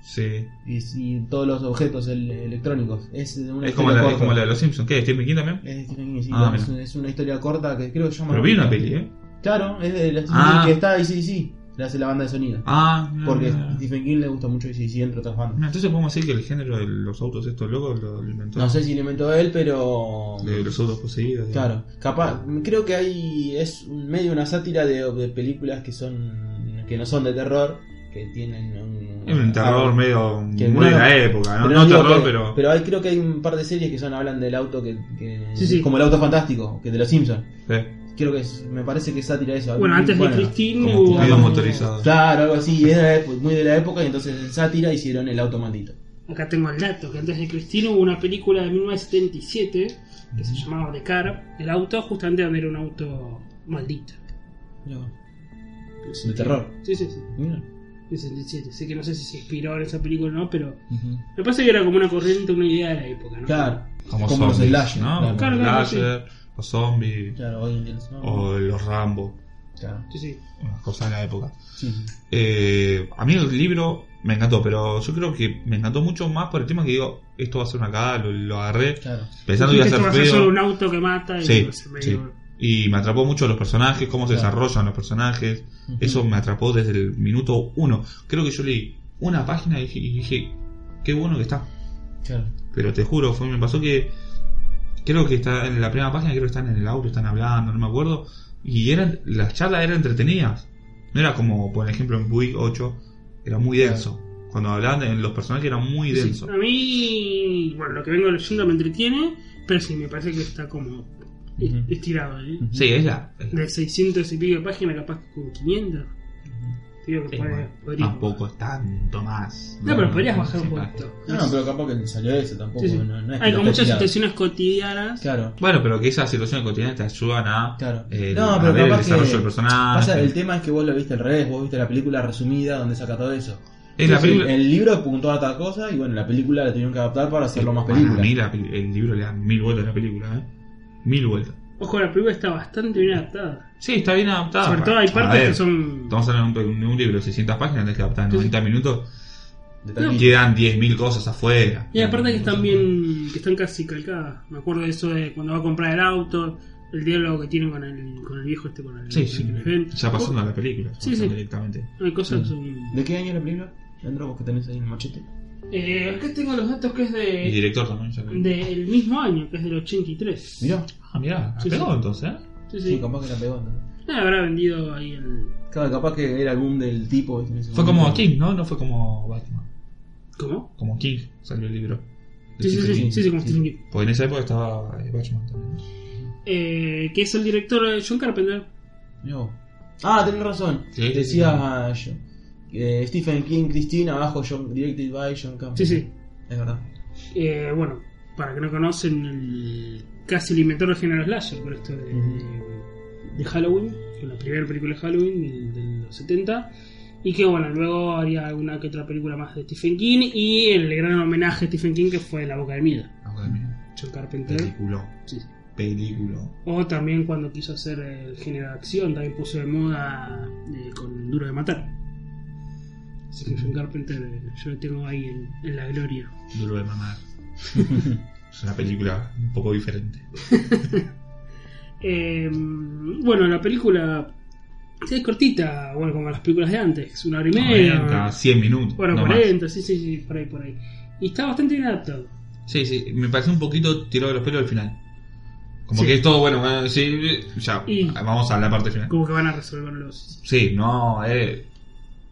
Speaker 1: Sí.
Speaker 3: y, y todos los objetos el- electrónicos. Es, una
Speaker 1: Es como,
Speaker 3: historia
Speaker 1: la, es
Speaker 3: corta.
Speaker 1: como la de los Simpsons. ¿Qué? ¿Stephen King también?
Speaker 3: Es de Stephen King, sí,
Speaker 1: Ah,
Speaker 3: es,
Speaker 1: mira.
Speaker 3: un- es una historia corta que creo que llama.
Speaker 1: Pero vi una peli, ¿eh?
Speaker 3: Claro, es de la Stephen
Speaker 1: Ah.
Speaker 3: King que está sí le hace la banda de sonido.
Speaker 1: Ah, mira,
Speaker 3: Porque
Speaker 1: mira.
Speaker 3: Stephen King le gusta mucho sí entre otras bandas.
Speaker 1: Mira, Ah, Entonces podemos decir que el género de los autos estos locos lo inventó.
Speaker 3: No sé si lo inventó él, pero.
Speaker 1: De los autos poseídos.
Speaker 3: Claro, capaz, Ah, creo que hay es un- medio una sátira de, de películas que son que no son de terror, que tienen un,
Speaker 1: Es un terror
Speaker 3: ah,
Speaker 1: medio
Speaker 3: Que
Speaker 1: muy de
Speaker 3: no-
Speaker 1: la época, ¿no?
Speaker 3: pero
Speaker 1: No,
Speaker 3: digo
Speaker 1: terror,
Speaker 3: que-
Speaker 1: pero.
Speaker 3: pero hay creo que hay un par de series que son hablan del auto que, que-
Speaker 2: Sí, sí.
Speaker 3: como el auto fantástico, que de los Simpsons.
Speaker 1: eh,
Speaker 3: Creo que es- me parece que es sátira eso.
Speaker 2: Bueno, antes de Christine
Speaker 1: como
Speaker 2: hubo.
Speaker 1: autos motorizados.
Speaker 3: Uh, Claro, algo así, era de- muy de la época y entonces en sátira hicieron el auto maldito.
Speaker 2: Acá tengo el dato, que antes de Cristino hubo una película de 1977 que se llamaba The Car, el auto, justamente donde era un auto maldito.
Speaker 3: De terror.
Speaker 2: Sí, sí, sí.
Speaker 3: Mira.
Speaker 2: 1977. Así que no sé si se inspiró en esa película o no, pero me parece que era como una corriente, una idea de la época, ¿no?
Speaker 3: Claro.
Speaker 1: Como,
Speaker 3: Como los
Speaker 1: zombies,
Speaker 3: slasher,
Speaker 1: ¿no?
Speaker 3: claro.
Speaker 1: Como
Speaker 2: Claro, claro,
Speaker 1: los slasher, los zombies,
Speaker 3: Claro, hoy en día los-
Speaker 1: o los Rambo,
Speaker 3: Claro.
Speaker 2: Sí, sí.
Speaker 1: unas cosas de la época.
Speaker 3: Sí, sí.
Speaker 1: Eh, a mí el libro me encantó, pero yo creo que me encantó mucho más por el tema que digo, esto va a ser una cagada, lo, lo agarré
Speaker 3: Claro.
Speaker 1: pensando que iba a ser
Speaker 2: Dijiste, esto va a ser solo
Speaker 1: feo.
Speaker 2: un auto que mata y
Speaker 1: Sí,
Speaker 2: no sé,
Speaker 1: sí.
Speaker 2: medio-
Speaker 1: Y me atrapó mucho los personajes, cómo se
Speaker 3: Claro.
Speaker 1: desarrollan los personajes. Eso me atrapó desde el minuto uno. Creo que yo leí una página y dije, y dije, qué bueno que está.
Speaker 3: Claro.
Speaker 1: Pero te juro, fue, me pasó que creo que está en la primera página, creo que están en el auto, están hablando, no me acuerdo. Y eran, las charlas eran entretenidas. No era como, por ejemplo, en Buick 8, era muy denso. Cuando hablaban de los personajes era muy
Speaker 2: Sí,
Speaker 1: denso.
Speaker 2: A mí, bueno, lo que vengo leyendo me entretiene, pero sí, me parece que está como
Speaker 3: Ujú.
Speaker 2: estirado, ¿eh?
Speaker 3: Ujú.
Speaker 1: Sí, es la. es la-
Speaker 2: De 600 y pico de páginas, capaz que con 500. Digo que
Speaker 1: es
Speaker 2: pod-
Speaker 1: más.
Speaker 2: podría-
Speaker 1: Tampoco es tanto más.
Speaker 2: No, pero podrías bajar un
Speaker 1: sí,
Speaker 2: poquito.
Speaker 3: No, no, pero capaz que le salió eso tampoco.
Speaker 2: Sí, sí.
Speaker 3: No, no es que
Speaker 2: Hay
Speaker 3: lo
Speaker 2: con
Speaker 3: esté
Speaker 2: muchas
Speaker 3: tirado.
Speaker 2: situaciones cotidianas.
Speaker 3: Claro.
Speaker 1: Bueno, pero que esas situaciones cotidianas te ayudan a,
Speaker 3: Claro.
Speaker 1: eh,
Speaker 3: No,
Speaker 1: a
Speaker 3: pero
Speaker 1: ver el
Speaker 3: capaz que
Speaker 1: desarrollo del personaje.
Speaker 3: Pasa, el tema es que vos lo viste al revés, vos viste la película resumida donde saca todo eso.
Speaker 1: Es la
Speaker 3: Sí,
Speaker 1: película-
Speaker 3: El libro apuntó a tal cosa y bueno, la película la tuvieron que adaptar para hacerlo más
Speaker 1: Para
Speaker 3: película.
Speaker 1: mí la peli- el libro le da mil vueltas a la película, ¿eh? Mil vueltas.
Speaker 2: Ojo, la película está bastante bien adaptada.
Speaker 1: Sí, está bien adaptada.
Speaker 2: Sobre todo hay partes que son.
Speaker 1: Estamos hablando de un, de un libro de 600 páginas, tenés que adaptar en
Speaker 2: Sí.
Speaker 1: 90 minutos.
Speaker 3: De taquilla.
Speaker 1: Quedan 10.000 cosas afuera.
Speaker 2: Y aparte que están bien. que están casi calcadas. Me acuerdo de eso de cuando va a comprar el auto, el diálogo que tienen con el, con el viejo este, con el.
Speaker 1: Sí, sí.
Speaker 2: con el ven.
Speaker 1: Ya pasando a la película.
Speaker 2: Sí, sí.
Speaker 1: Directamente.
Speaker 2: Hay cosas que son.
Speaker 3: ¿De qué año es la película? Leandro, vos que tenés ahí el machete.
Speaker 2: Eh, acá tengo los datos que es
Speaker 1: El
Speaker 2: Eh, de.
Speaker 1: director también. Ya lo-
Speaker 2: del mismo año, que es del 83.
Speaker 3: Mirá,
Speaker 1: Ah, mirá. la
Speaker 2: Sí,
Speaker 1: pegó
Speaker 2: sí.
Speaker 1: entonces, ¿eh?
Speaker 2: Sí,
Speaker 3: sí,
Speaker 2: sí.
Speaker 3: capaz que la pegó. ¿no?
Speaker 2: Ah, habrá vendido ahí el.
Speaker 3: Claro, capaz que era el boom del tipo. ¿viste? en ese
Speaker 1: Fue
Speaker 3: momento.
Speaker 1: como King, ¿no? No fue como Batman.
Speaker 2: ¿Cómo?
Speaker 1: Como King salió el libro. de
Speaker 2: Sí, sí,
Speaker 1: Stephen
Speaker 2: sí,
Speaker 1: King.
Speaker 2: sí, sí, como Stephen King.
Speaker 1: Porque Pues en esa época estaba eh, Batman también. ¿no?
Speaker 2: Eh, que es el director de John Carpenter.
Speaker 3: Mirá vos. Ah, tenés razón.
Speaker 1: Sí, sí,
Speaker 3: Decía yo, eh, Stephen King, Christine, abajo John, directed by John Campbell.
Speaker 2: Sí, sí.
Speaker 3: Es verdad.
Speaker 2: Eh, bueno, para que no conocen, el, casi el inventor del género slasher, por esto de, de- de Halloween, con la primera película de Halloween del- de, los 70. Y que bueno, luego haría alguna que otra película más de Stephen King. Y el gran homenaje a Stephen King que fue La Boca del Miedo,
Speaker 1: Ah, bueno, mira.
Speaker 2: John
Speaker 1: ¿Eh?
Speaker 2: Carpenter.
Speaker 1: Película.
Speaker 2: Sí.
Speaker 1: Película.
Speaker 2: O también cuando quiso hacer el género de acción, también puso de moda eh, con Duro de Matar. Así que John Carpenter, eh, yo lo tengo ahí en, en la gloria.
Speaker 1: Duro de mamar. es una película un poco diferente.
Speaker 2: Eh, bueno, la película es cortita, bueno, como las películas de antes, una hora y media.
Speaker 1: 90, 100 minutos.
Speaker 2: Bueno,
Speaker 1: no más.
Speaker 2: 40, sí, sí, sí, por ahí, por ahí. Y está bastante bien adaptado.
Speaker 1: Sí, sí, me pareció un poquito tirado de los pelos al final. Como
Speaker 2: Sí.
Speaker 1: que es todo, bueno, eh, sí, ya,
Speaker 2: Y-
Speaker 1: vamos a la parte final.
Speaker 2: Como que van a resolverlo. sí, sí.
Speaker 1: Sí, no, eh,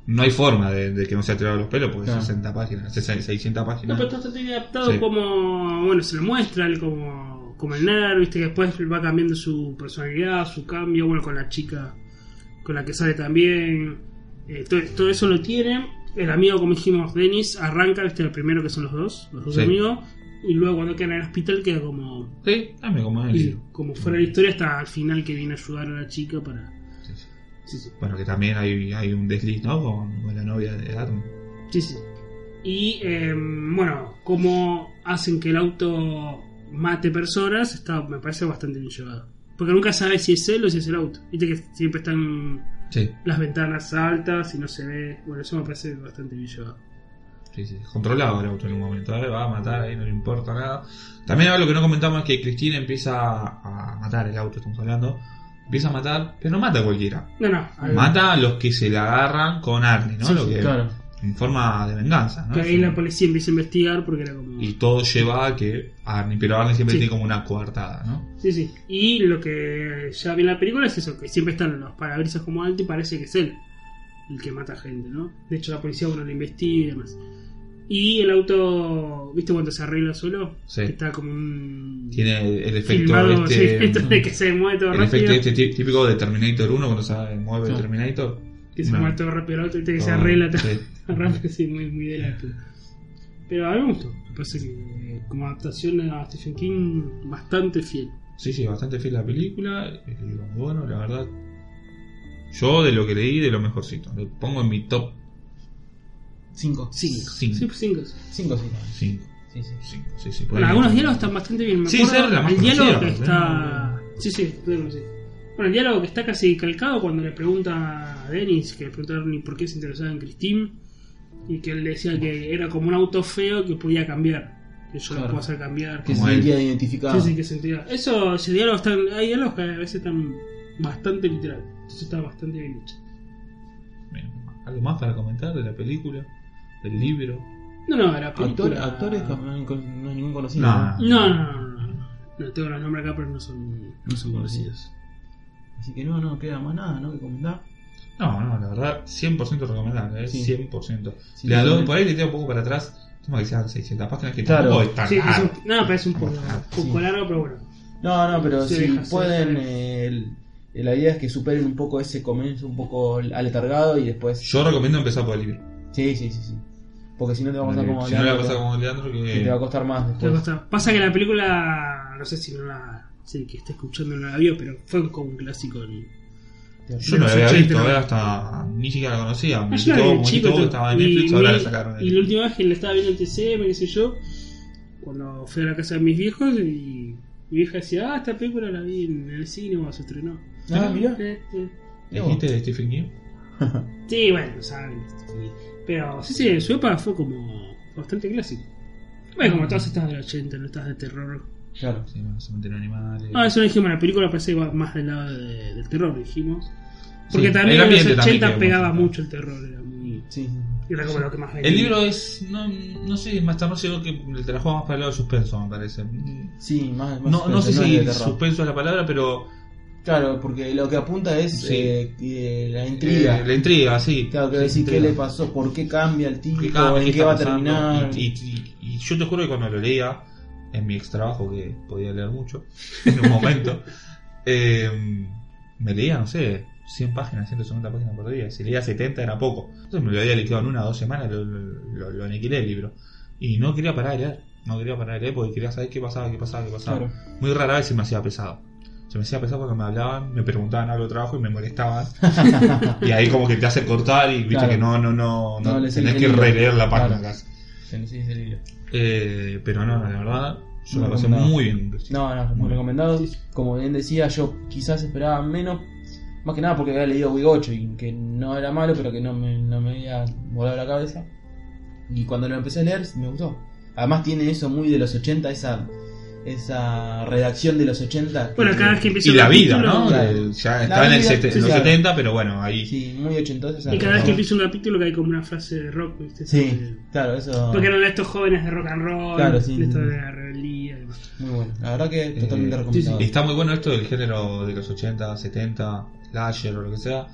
Speaker 1: no hay forma de, de que no sea tirado de los pelos porque
Speaker 3: Claro.
Speaker 1: 60 páginas, 60, 600
Speaker 2: No,
Speaker 1: páginas.
Speaker 2: pero está bastante bien adaptado
Speaker 1: Eh, Sí.
Speaker 2: como, bueno, se lo muestra él como, como el nerd, viste, que después va cambiando su personalidad, su cambio, bueno, con la chica con la que sale también. Eh, todo, todo eso lo tiene. El amigo, como dijimos, Dennis, arranca, viste, el primero que son los dos, los dos
Speaker 1: Sí.
Speaker 2: amigos. Y luego cuando queda en el hospital queda como
Speaker 1: Sí, dame como el
Speaker 2: Y
Speaker 1: libro.
Speaker 2: como fuera de la historia hasta al final que viene a ayudar a la chica para...
Speaker 1: Sí, sí.
Speaker 2: Sí, sí.
Speaker 1: Bueno, que también hay, hay un desliz, ¿no? Con, con la novia de Adam.
Speaker 2: sí, sí. Y em, bueno, cómo hacen que el auto mate personas, está, me parece bastante bien llevado. Porque nunca sabes si es él o si es el auto. Viste que siempre están
Speaker 1: Sí,
Speaker 2: las ventanas altas y no se ve. Bueno, eso me parece bastante bien llevado.
Speaker 1: sí, sí. Controlado el auto en un momento. Ahora va a matar ahí, no le importa nada. También algo que no comentamos es que Cristina empieza a matar el auto, estamos hablando. Empieza a matar, pero no mata a cualquiera.
Speaker 2: No, no. al-
Speaker 1: Mata a los que se la agarran con Arnie, ¿no?
Speaker 2: Sí,
Speaker 1: Lo
Speaker 2: sí,
Speaker 1: que-
Speaker 3: Claro.
Speaker 1: En forma de venganza, ¿no?
Speaker 2: Que ahí
Speaker 1: Sí.
Speaker 2: la policía empieza a investigar porque era como...
Speaker 1: Y todo lleva a que Arnie, pero Arnie siempre
Speaker 2: Sí.
Speaker 1: tiene como una coartada, ¿no?
Speaker 2: Sí, sí. Y lo que ya vi en la película es eso, que siempre están los parabrisas como alto y parece que es él el que mata gente, ¿no? De hecho la policía uno lo investiga y demás. Y el auto, ¿viste cuando se arregla solo?
Speaker 1: Sí.
Speaker 2: Que está como un...
Speaker 1: Tiene el, el efecto
Speaker 2: filmado, sí,
Speaker 1: este,
Speaker 2: esto de que se mueve todo
Speaker 1: el
Speaker 2: rápido.
Speaker 1: efecto este tí- típico de Terminator 1 cuando se mueve el
Speaker 3: Sí.
Speaker 1: Terminator.
Speaker 2: Que se
Speaker 1: No.
Speaker 2: mueve todo rápido el auto, viste que se
Speaker 1: Todo-
Speaker 2: arregla todo
Speaker 1: Ah, sí.
Speaker 2: rápido, sí, muy, muy de la época. Pero a mí me gustó. Me parece que eh, como adaptación a Stephen King, bastante fiel.
Speaker 1: Sí, sí, bastante fiel a la película. El libro muy bueno, la verdad. Yo de lo que leí, de lo mejorcito. Lo pongo en mi top
Speaker 3: 5.
Speaker 2: Cinco.
Speaker 1: Cinco.
Speaker 2: Sí, cinco.
Speaker 3: 5, sí.
Speaker 1: 5.
Speaker 3: Sí, sí.
Speaker 1: sí, sí, por
Speaker 2: Bueno,
Speaker 1: ahí.
Speaker 2: algunos diálogos están bastante bien. Me
Speaker 1: Sí,
Speaker 2: acuerdo,
Speaker 1: esa era la más
Speaker 2: el diálogo que
Speaker 1: conocida,
Speaker 2: está. Sí, sí, bueno, sí. Bueno, el diálogo que está casi calcado cuando le pregunta a Dennis, que le preguntaron ni por qué se interesaba en Christine, y que él decía que era como un auto feo que podía cambiar, que yo lo
Speaker 3: Claro.
Speaker 2: puedo hacer cambiar.
Speaker 3: Que se
Speaker 1: Como él.
Speaker 3: sentía identificado.
Speaker 2: Sí, sí, que sentía. Eso, ese diálogo está. Hay diálogos que a veces están bastante literal, entonces está bastante bien hecho.
Speaker 1: Bien, ¿Algo más para comentar de la película? ¿Del libro?
Speaker 2: No, no, era
Speaker 3: Actor- actores que no, no hay ningún conocido.
Speaker 1: No.
Speaker 2: No, no, no, no, no. No tengo los nombres acá, pero no son, no son conocidos.
Speaker 3: Así que no, no queda más nada, ¿no? Que comentar.
Speaker 1: No, no, la verdad, 100% recomendable, ¿eh?
Speaker 3: Sí.
Speaker 1: 100%.
Speaker 3: Sí,
Speaker 1: Le
Speaker 3: sí,
Speaker 1: doy-
Speaker 3: sí.
Speaker 1: por ahí le tiro un poco para atrás. Toma que sean 600 páginas que
Speaker 3: Claro.
Speaker 1: tampoco es tan
Speaker 2: Sí, es
Speaker 1: largo.
Speaker 2: un, no, pero es un poco,
Speaker 1: Sí.
Speaker 2: un poco largo, pero bueno.
Speaker 3: No, no, pero
Speaker 2: Se
Speaker 3: si
Speaker 2: deja, se
Speaker 3: pueden,
Speaker 2: deja.
Speaker 3: eh, el- eh, la idea es que superen un poco ese comienzo un poco aletargado y después...
Speaker 1: Yo recomiendo empezar por el libro.
Speaker 3: Sí, sí, sí, sí. Porque si no te va a pasar como...
Speaker 1: si no le va a
Speaker 3: Leandro,
Speaker 1: pasar como Leandro,
Speaker 3: que te va a
Speaker 1: que.
Speaker 3: costar
Speaker 2: Te
Speaker 3: más
Speaker 2: va a
Speaker 3: después.
Speaker 2: costar. Pasa que la película, no sé si no la. Sí, que está escuchando no la vio, pero fue como un clásico. en-
Speaker 1: Yo no la
Speaker 2: los
Speaker 1: había
Speaker 2: 80,
Speaker 1: visto,
Speaker 2: ¿no?
Speaker 1: ¿eh? hasta ni siquiera la conocía. Me
Speaker 2: Ah, yo la vi
Speaker 1: gustó,
Speaker 2: de
Speaker 1: me
Speaker 2: chico,
Speaker 1: gustó,
Speaker 2: todo.
Speaker 1: estaba en Netflix,
Speaker 2: y,
Speaker 1: ahora
Speaker 2: mi-
Speaker 1: la sacaron. de
Speaker 2: y la
Speaker 1: Netflix.
Speaker 2: última vez que la estaba viendo el TCM, qué sé yo, cuando fui a la casa de mis viejos y mi vieja decía, ah, esta película la vi en el cine o se estrenó.
Speaker 3: Ah, mirá.
Speaker 2: Eh, eh.
Speaker 1: ¿Dijiste de Stephen King?
Speaker 2: Sí, bueno, saben. sí. Pero sí, sí, su época fue como bastante clásico. Bueno, como todas estas del 80, no estas de terror
Speaker 3: Claro.
Speaker 1: Sí, bueno, Cementerio de Animales.
Speaker 2: Ah, eso lo dijimos, la película parece que va más del lado de- del terror, dijimos. Porque
Speaker 1: Sí,
Speaker 2: también
Speaker 1: el
Speaker 2: en los
Speaker 1: ambiente
Speaker 2: 80
Speaker 1: también que
Speaker 2: pegaba
Speaker 1: vamos a
Speaker 2: mucho el terror, era muy...
Speaker 3: Sí, sí.
Speaker 2: Era como lo que más vendía.
Speaker 1: El libro es. No, no sé, es más tarde llegó que te la juega más para el lado de suspenso, me parece. No,
Speaker 3: Sí, más, más
Speaker 1: no sé
Speaker 3: suspenso, es de
Speaker 1: si
Speaker 3: terror.
Speaker 1: suspenso es la palabra, pero.
Speaker 3: Claro, porque lo que apunta es
Speaker 1: Sí.
Speaker 3: eh, eh, la intriga.
Speaker 1: eh, la intriga, sí.
Speaker 3: Claro, que
Speaker 1: Sí,
Speaker 3: decir qué
Speaker 1: intriga.
Speaker 3: le pasó, por qué cambia el tipo,
Speaker 1: que cada vez
Speaker 3: en
Speaker 1: que
Speaker 3: qué
Speaker 1: está
Speaker 3: va a
Speaker 1: pasando,
Speaker 3: terminar.
Speaker 1: Y, y- y- y yo te juro que cuando lo leía, en mi ex trabajo, que podía leer mucho, en un momento, eh, me leía, no sé, 100 páginas, 150 páginas por día. Si leía 70 era poco. Entonces me lo había liquidado en una o dos semanas, lo, lo, lo aniquilé el libro. Y no quería parar de leer, no quería parar de leer porque quería saber qué pasaba, qué pasaba, qué pasaba.
Speaker 3: Claro.
Speaker 1: Muy rara vez se me hacía pesado. Se me hacía pesado cuando me hablaban, me preguntaban algo de trabajo y me molestaban. y ahí como que te hace cortar y viste
Speaker 3: Claro.
Speaker 1: que no, no, no, no,
Speaker 3: No, le
Speaker 1: tenés
Speaker 3: seguís
Speaker 1: que
Speaker 3: el hilo.
Speaker 1: releer la página
Speaker 3: Claro.
Speaker 1: casi.
Speaker 3: Se nos hizo el hilo.
Speaker 1: Eh, pero no, no, la verdad, yo
Speaker 3: Muy
Speaker 1: la pasé
Speaker 3: recomendado.
Speaker 1: muy bien. en Brasil.
Speaker 3: No, no,
Speaker 1: Muy
Speaker 3: muy recomendado. Como bien decía, yo quizás esperaba menos Más que nada porque había leído Wii 8 y que no era malo, pero que no me, no me había volado la cabeza. Y cuando lo empecé a leer, me gustó. Además tiene eso muy de los 80, esa, esa redacción de los 80.
Speaker 2: Bueno,
Speaker 3: que-
Speaker 2: cada vez que empieza
Speaker 1: Y
Speaker 2: un
Speaker 1: la vida,
Speaker 2: capítulo-
Speaker 1: ¿no?
Speaker 3: claro.
Speaker 1: Ya
Speaker 3: La
Speaker 1: estaba en, el
Speaker 3: vida,
Speaker 1: sete-
Speaker 3: sí,
Speaker 1: en los
Speaker 3: claro.
Speaker 1: 70, pero bueno, ahí.
Speaker 3: Sí, muy ochentosa esa
Speaker 2: Y cada vez que
Speaker 3: cosa.
Speaker 2: empieza un capítulo que hay como una frase de rock, ¿viste? Este,
Speaker 3: Sí, claro, eso...
Speaker 2: Porque eran estos jóvenes de rock and roll,
Speaker 3: Claro, sí.
Speaker 2: de esto de la rebeldía. y demás.
Speaker 3: Muy bueno, la verdad que
Speaker 1: Eh,
Speaker 3: totalmente recomendado.
Speaker 1: Está muy bueno esto del género de los 80, 70, slasher o lo que sea,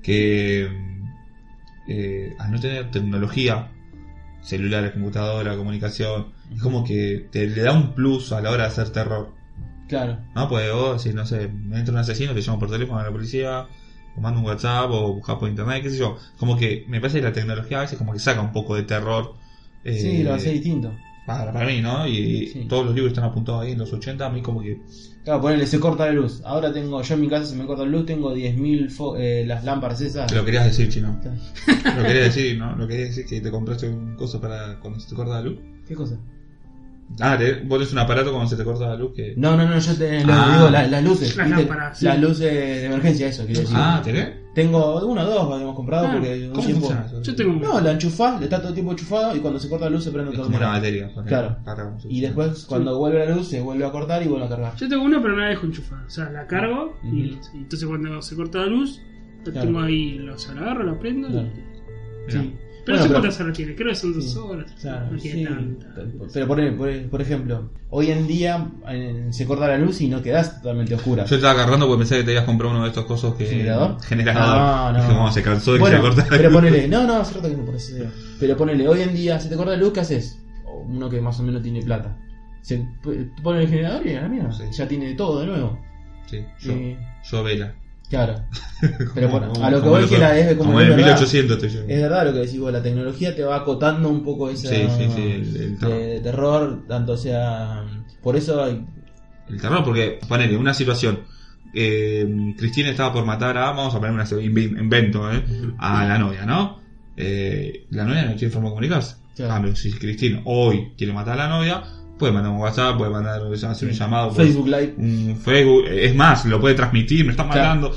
Speaker 1: que mm, eh, al no tener tecnología, celulares, computadora, comunicación, es como que te le da un plus a la hora de hacer terror.
Speaker 3: Claro,
Speaker 1: No, pues vos, si no sé, me entra un asesino, te llamo por teléfono a la policía, o mando un WhatsApp, o buscas por internet, qué sé yo. Como que me parece que la tecnología a veces como que saca un poco de terror. eh,
Speaker 3: sí, lo hace distinto.
Speaker 1: para, para mí, ¿no? Y
Speaker 3: Sí.
Speaker 1: todos los libros están apuntados ahí en los 80, a mí como que...
Speaker 3: Claro, ponele, se corta la luz. Ahora tengo, yo en mi casa se me corta la luz, tengo 10.000 fo- eh, las lámparas esas.
Speaker 1: Lo querías decir, chino.
Speaker 3: Claro.
Speaker 1: Lo querías decir, ¿no? Lo querías decir que te compraste un coso para cuando se te corta la luz.
Speaker 3: ¿Qué cosa?
Speaker 1: Ah, te, vos tenés un aparato cuando se te corta la luz que...
Speaker 3: No, no, no, yo te lo
Speaker 1: Eh. Ah.
Speaker 3: digo, la- las luces.
Speaker 2: Las
Speaker 3: ¿viste?
Speaker 2: lámparas, sí.
Speaker 3: Las luces de emergencia, eso quiero decir.
Speaker 1: Ah, ¿tenés?
Speaker 3: Tengo uno o dos habíamos comprado
Speaker 2: Ah,
Speaker 3: porque un
Speaker 1: ¿Cómo
Speaker 3: tiempo.
Speaker 1: funciona eso?
Speaker 2: Yo tengo un-
Speaker 3: No, la enchufás, le está todo el tiempo enchufado y cuando se corta la luz se prende
Speaker 1: Es
Speaker 3: todo
Speaker 1: como una
Speaker 3: el
Speaker 1: batería. ponele.
Speaker 3: Claro.
Speaker 1: Para cómo se-
Speaker 3: Y después, cuando vuelve la luz, se vuelve a cortar y vuelve a cargar.
Speaker 2: Yo tengo una, pero no la dejo enchufada. O sea, la cargo y
Speaker 3: Ujú.
Speaker 2: listo. Y entonces cuando se corta la luz, la
Speaker 3: Claro.
Speaker 2: tengo ahí, la- o sea, la agarro, la prendo. y-
Speaker 3: Claro.
Speaker 1: Mirá.
Speaker 3: Sí.
Speaker 2: Pero
Speaker 3: Bueno,
Speaker 2: no sé
Speaker 3: pero-
Speaker 2: cuántas horas tiene, creo que son dos
Speaker 3: Sí,
Speaker 2: horas.
Speaker 3: Claro,
Speaker 2: no
Speaker 3: sí.
Speaker 2: tiene tanta.
Speaker 3: Pero por, por, por ejemplo, hoy en día eh, se corta la luz y no quedas totalmente oscura.
Speaker 1: Yo estaba agarrando porque pensé que te ibas a comprar uno de estos cosos que.
Speaker 3: ¿Generador?
Speaker 1: Generador.
Speaker 3: No, no.
Speaker 1: Dije, "Bueno, se cansó de
Speaker 3: Bueno,
Speaker 1: que se cortara la
Speaker 3: pero
Speaker 1: luz".
Speaker 3: ponele, no, no, es cierto que no por eso digo. Pero ponele, hoy en día, si te corta la luz, ¿qué haces? O Uno que más o menos tiene plata. Se p- pone el generador y a la mierda.
Speaker 1: Sí.
Speaker 3: Ya tiene todo de nuevo.
Speaker 1: Sí, yo,
Speaker 3: Y-
Speaker 1: yo vela.
Speaker 3: claro. eh, Pero
Speaker 1: Como-
Speaker 3: por- a lo que
Speaker 1: como
Speaker 3: voy
Speaker 1: los-
Speaker 3: que la es como
Speaker 1: Como
Speaker 3: es
Speaker 1: en el
Speaker 3: verdad.
Speaker 1: 1800 te
Speaker 3: Es
Speaker 1: llevo.
Speaker 3: verdad lo que decís vos, la tecnología te va acotando un poco ese
Speaker 1: Sí, sí, sí, el- el terror.
Speaker 3: de, de terror, tanto sea... Por eso hay-
Speaker 1: El terror, porque ponele una situación. eh, Cristina estaba por matar a. Vamos a poner un invento, ¿eh? A la novia, ¿no? Eh, la novia no tiene forma de comunicarse.
Speaker 3: Claro.
Speaker 1: Ah, pero si Cristina hoy quiere matar a la novia, puede mandar un WhatsApp, puede mandar hacer un llamado. pues. puede-
Speaker 3: Facebook Live.
Speaker 1: Un Facebook, eh, es más, lo puede transmitir, me están
Speaker 3: Claro.
Speaker 1: matando.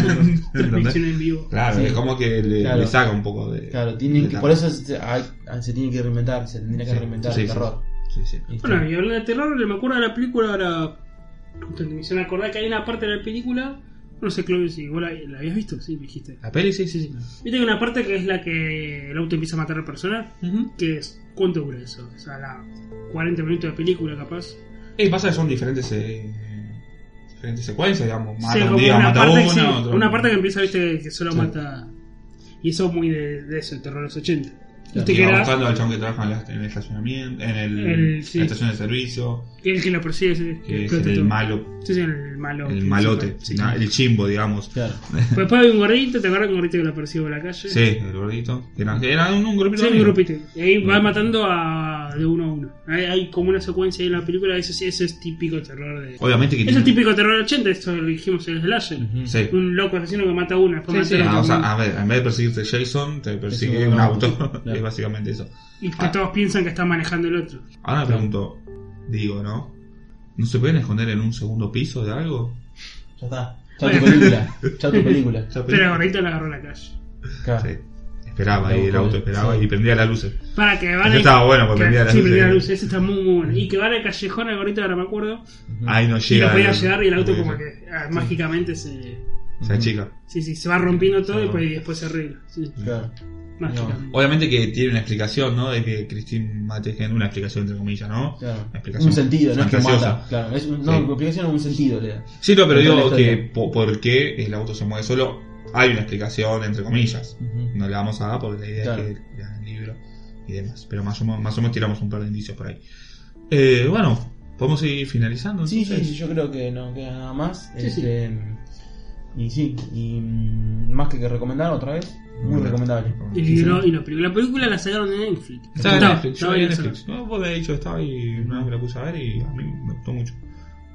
Speaker 1: ¿Entendés?
Speaker 2: Transmisión en vivo.
Speaker 1: Claro,
Speaker 3: Sí.
Speaker 1: es como que le,
Speaker 3: Claro.
Speaker 1: le saca un poco de.
Speaker 3: Claro,
Speaker 1: de
Speaker 3: tienen que,
Speaker 1: la-
Speaker 3: por eso se, hay- ah, se tiene que reinventar, se tendría que
Speaker 1: Sí,
Speaker 3: reinventar
Speaker 1: sí,
Speaker 3: el
Speaker 1: sí.
Speaker 3: terror.
Speaker 1: Sí, sí.
Speaker 3: ¿viste?
Speaker 2: Bueno, y hablando de terror, me acuerdo de la película ahora. Justo que me hicieron acordar que hay una parte de la película. No sé, Claudio, si vos la, la habías visto, sí, me dijiste.
Speaker 1: ¿La peli? Sí, sí, sí.
Speaker 2: Viste que hay una parte que es la que el auto empieza a matar a personas. que es? ¿Cuánto dura eso? O sea, la 40 minutos de película, capaz.
Speaker 1: Y pasa que son diferentes, eh, diferentes secuencias, digamos. Mata
Speaker 2: Sí,
Speaker 1: un
Speaker 2: como
Speaker 1: día,
Speaker 2: una,
Speaker 1: mata
Speaker 2: parte,
Speaker 1: uno,
Speaker 2: sí,
Speaker 1: otro-
Speaker 2: una parte que empieza, viste, que solo
Speaker 1: Sí.
Speaker 2: mata. Y eso es muy de, de eso, el terror de los 80. Viste
Speaker 1: Y
Speaker 2: que
Speaker 1: va
Speaker 2: era
Speaker 1: buscando al chabón que trabaja en, la- en el estacionamiento, en el,
Speaker 2: El- sí.
Speaker 1: la estación de servicio,
Speaker 2: el que lo persigue, sí,
Speaker 1: que es
Speaker 2: explota
Speaker 1: el
Speaker 2: todo.
Speaker 1: malo,
Speaker 2: Sí, sí, el malo.
Speaker 1: el
Speaker 2: principal,
Speaker 1: malote,
Speaker 2: sí.
Speaker 1: na- el chimbo, digamos.
Speaker 3: Claro.
Speaker 2: Pues Después había un gordito, ¿te acuerdas que un gordito que lo persigue por la calle?
Speaker 1: Sí, el gordito. que Era, era un, un grupito.
Speaker 2: Sí, un
Speaker 1: amigo.
Speaker 2: grupito. Y ahí va matando a, de uno a uno. Hay, hay como una secuencia ahí en la película, eso sí, eso es típico terror de...
Speaker 1: Obviamente que
Speaker 2: Es el
Speaker 1: tiene-
Speaker 2: típico terror del 80, esto lo dijimos en el slasher.
Speaker 3: Ujú.
Speaker 1: Sí.
Speaker 2: Un loco asesino que mata a una,
Speaker 1: Sí,
Speaker 2: después
Speaker 1: sí,
Speaker 2: mata a
Speaker 1: ah, o
Speaker 2: otra.
Speaker 1: sea, a ver, en vez de perseguirte Jason, te persigue
Speaker 3: un
Speaker 1: un
Speaker 3: auto.
Speaker 1: auto.
Speaker 3: Claro.
Speaker 1: es básicamente eso.
Speaker 2: y
Speaker 1: ah.
Speaker 2: que todos piensan que está manejando el otro.
Speaker 1: Ahora me pregunto, digo, ¿no? ¿No se pueden esconder en un segundo piso de algo?
Speaker 3: Ya está. Chao tu
Speaker 2: Bueno.
Speaker 3: película. Chao tu película.
Speaker 2: Pero el gordito la agarró en la calle.
Speaker 3: Claro.
Speaker 1: Sí. Esperaba ahí, el auto esperaba
Speaker 3: Sí.
Speaker 1: y prendía las luces.
Speaker 2: Para que van
Speaker 1: Ese
Speaker 2: a-
Speaker 1: estaba bueno porque
Speaker 2: que-
Speaker 1: prendía las
Speaker 2: sí,
Speaker 1: luces.
Speaker 2: prendía las luces, ese está muy bueno. Y que van al callejón al gorrito, ahora me acuerdo.
Speaker 1: Ahí no
Speaker 2: y
Speaker 1: llega.
Speaker 2: no podía
Speaker 1: el-
Speaker 2: llegar y el auto
Speaker 1: no
Speaker 2: como
Speaker 1: podía
Speaker 2: que ah, mágicamente se.
Speaker 1: llegar. O sea, chica.
Speaker 2: Sí, sí, se va rompiendo todo y,
Speaker 1: Ah.
Speaker 2: pues, y después se arregla. Sí,
Speaker 3: Claro.
Speaker 2: mágicamente.
Speaker 1: Obviamente que tiene una explicación, ¿no? De que Christine mate gente, una explicación entre comillas, ¿no?
Speaker 3: Claro.
Speaker 1: Una explicación
Speaker 3: Un sentido, no es que
Speaker 1: fantasiosa.
Speaker 3: mata. Claro, es un, no,
Speaker 1: Sí.
Speaker 3: una explicación un sentido le da.
Speaker 1: Sí, no, pero
Speaker 3: Contra la
Speaker 1: digo
Speaker 3: historia.
Speaker 1: que po- por qué el auto se mueve solo, hay una explicación entre comillas.
Speaker 3: Ujú.
Speaker 1: No le vamos a dar porque la idea
Speaker 3: Claro.
Speaker 1: es que lean el libro y demás. Pero más o menos, más o menos tiramos un par de indicios por ahí. Eh, bueno, podemos ir finalizando.
Speaker 3: Sí, sí,
Speaker 1: entonces?
Speaker 3: sí, yo creo que no queda nada más.
Speaker 2: Sí, sí.
Speaker 3: Este, Y sí, y mm, más que que recomendar otra vez,
Speaker 1: Mm.
Speaker 3: muy recomendable.
Speaker 2: Y, lo- y la película, la película la sacaron de Netflix.
Speaker 1: Estaba en
Speaker 2: Estaba-
Speaker 1: Netflix, yo
Speaker 2: estaba
Speaker 1: la vi en
Speaker 2: bien
Speaker 1: Netflix. No, vos me habías dicho que estaba y una vez me la puse a ver y a mí me gustó mucho.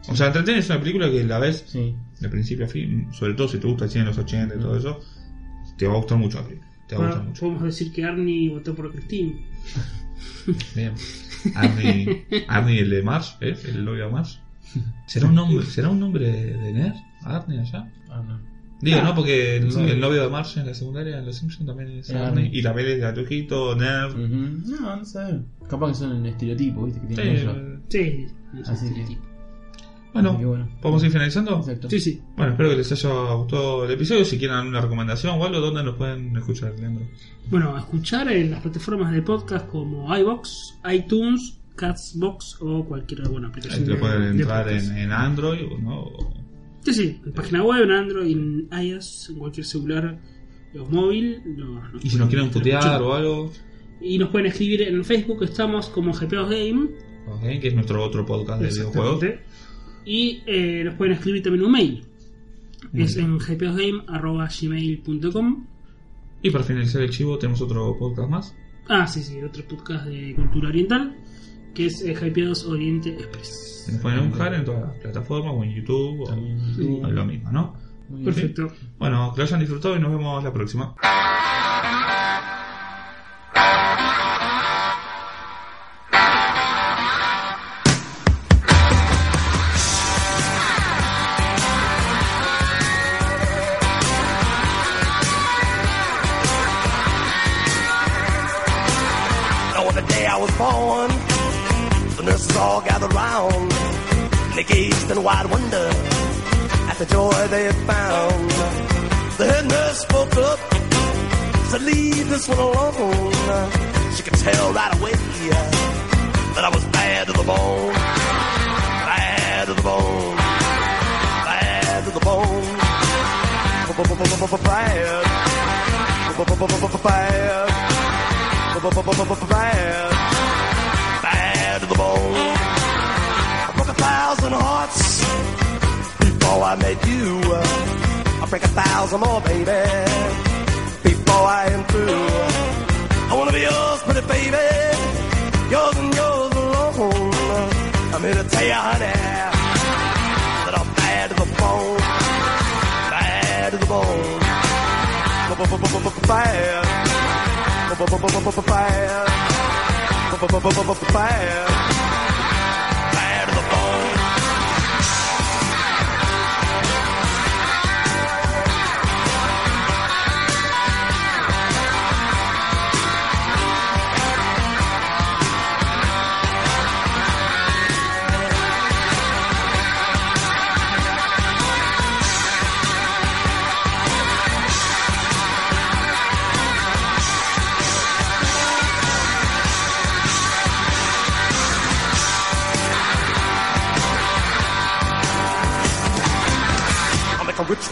Speaker 1: O sea, Entreten es una película que la ves
Speaker 3: Sí,
Speaker 1: de principio a fin, sobre todo si te gusta el cine de los 80 y todo eso, te va a gustar mucho la película. Te va a
Speaker 2: sacada.
Speaker 1: gustar
Speaker 2: Bueno,
Speaker 1: mucho.
Speaker 2: Podemos decir que Arnie votó por Christine.
Speaker 1: Bien. Arnie, Arnie, el de Mars, ¿eh? El novio de Mars. ¿Será un nombre, será un nombre de nerd? Arnie allá.
Speaker 3: ah, no.
Speaker 1: Digo,
Speaker 2: Ah,
Speaker 1: ¿no? Porque el,
Speaker 3: sí.
Speaker 1: el novio de Marge en la secundaria en Los Simpsons también es
Speaker 3: Ah.
Speaker 1: Arnie. Y también es gatujito, nerd.
Speaker 3: Ujú. No, no sé. Capaz que son un estereotipo, ¿viste? Que
Speaker 1: Sí,
Speaker 3: tienen ellos.
Speaker 2: Ah, Sí,
Speaker 3: Así que-
Speaker 1: bueno,
Speaker 3: Así que bueno.
Speaker 1: ¿podemos ir finalizando?
Speaker 3: Exacto.
Speaker 2: sí, sí.
Speaker 1: Bueno, espero que les haya gustado el episodio. Si quieren alguna recomendación o algo, ¿dónde nos pueden escuchar, Leandro?
Speaker 2: Bueno, a escuchar en las plataformas de podcast como iBox, iTunes, Castbox o cualquier buena
Speaker 1: Ahí
Speaker 2: aplicación.
Speaker 1: te
Speaker 2: de-
Speaker 1: pueden
Speaker 2: de
Speaker 1: entrar
Speaker 2: podcast.
Speaker 1: en, en Android o no. o-
Speaker 2: Sí, sí, en página web, en Android, en iOS, en cualquier celular o móvil. no- no-
Speaker 1: Y si nos quieren putear
Speaker 2: escuchar.
Speaker 1: o algo,
Speaker 2: Y nos pueden escribir en Facebook, estamos como GPOs Game.
Speaker 1: ok, que es nuestro otro podcast de videojuegos.
Speaker 2: Exactamente. Y eh, nos pueden escribir también un mail.
Speaker 1: Muy
Speaker 2: Es en gpsgame.gmail.com
Speaker 1: Y para finalizar el chivo, tenemos otro podcast más.
Speaker 2: Ah, sí, sí, otro podcast de cultura oriental, que es eh, Hypeados Oriente Express.
Speaker 1: Nos pueden buscar en todas las plataformas o en YouTube o
Speaker 3: También
Speaker 2: Sí.
Speaker 3: YouTube.
Speaker 1: lo mismo, ¿no?
Speaker 3: Muy bien.
Speaker 2: Perfecto.
Speaker 1: Bueno, que lo hayan disfrutado y nos vemos la próxima.
Speaker 4: Now on the day I was born, the nurses all gathered round. They gazed in wide wonder at the joy they had found. The head nurse spoke up, said, leave this one alone. She could tell right away that I was bad to the bone. Bad to the bone. Bad to the bone. Bad. Bad bad, bad to the bone. I broke a thousand hearts before I met you. I'll break a thousand more, baby, before I am through. I wanna be yours, pretty baby, yours and yours alone. I'm here to tell you, honey, that I'm bad to the bone, bad to the bone, bad. Fire. Fire. Fire to the bone. I make a rich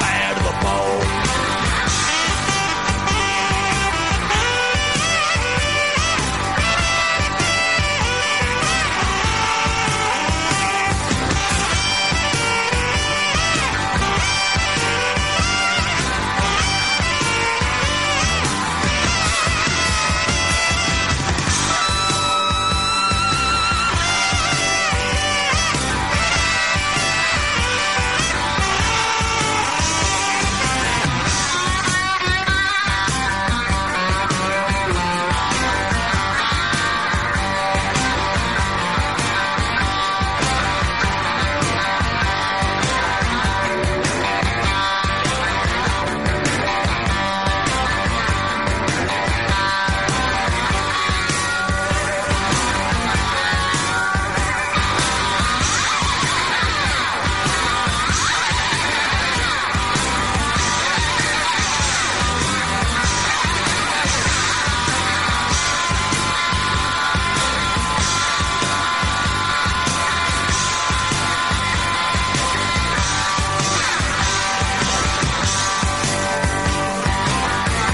Speaker 4: bad to the bone.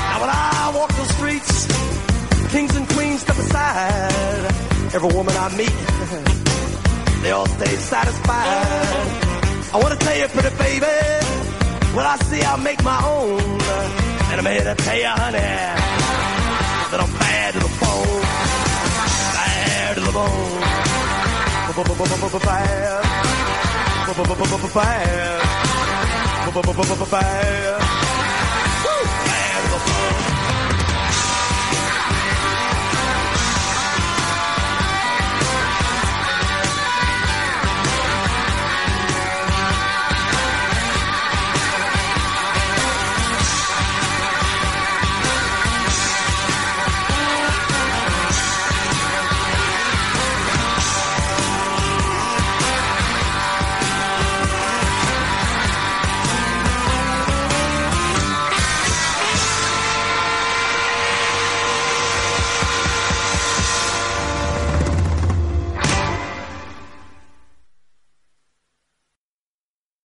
Speaker 4: Now when I walk those streets, kings and queens step aside. Every woman I meet, they all stay satisfied. I wanna tell you, pretty baby, what I see I make my own. And I'm here to tell you, honey, that I'm bad to the bone. Bad to the bone. B-b-b-b-b-bad. B-b-b-b-b-bad. B-b-b-b-b-bad.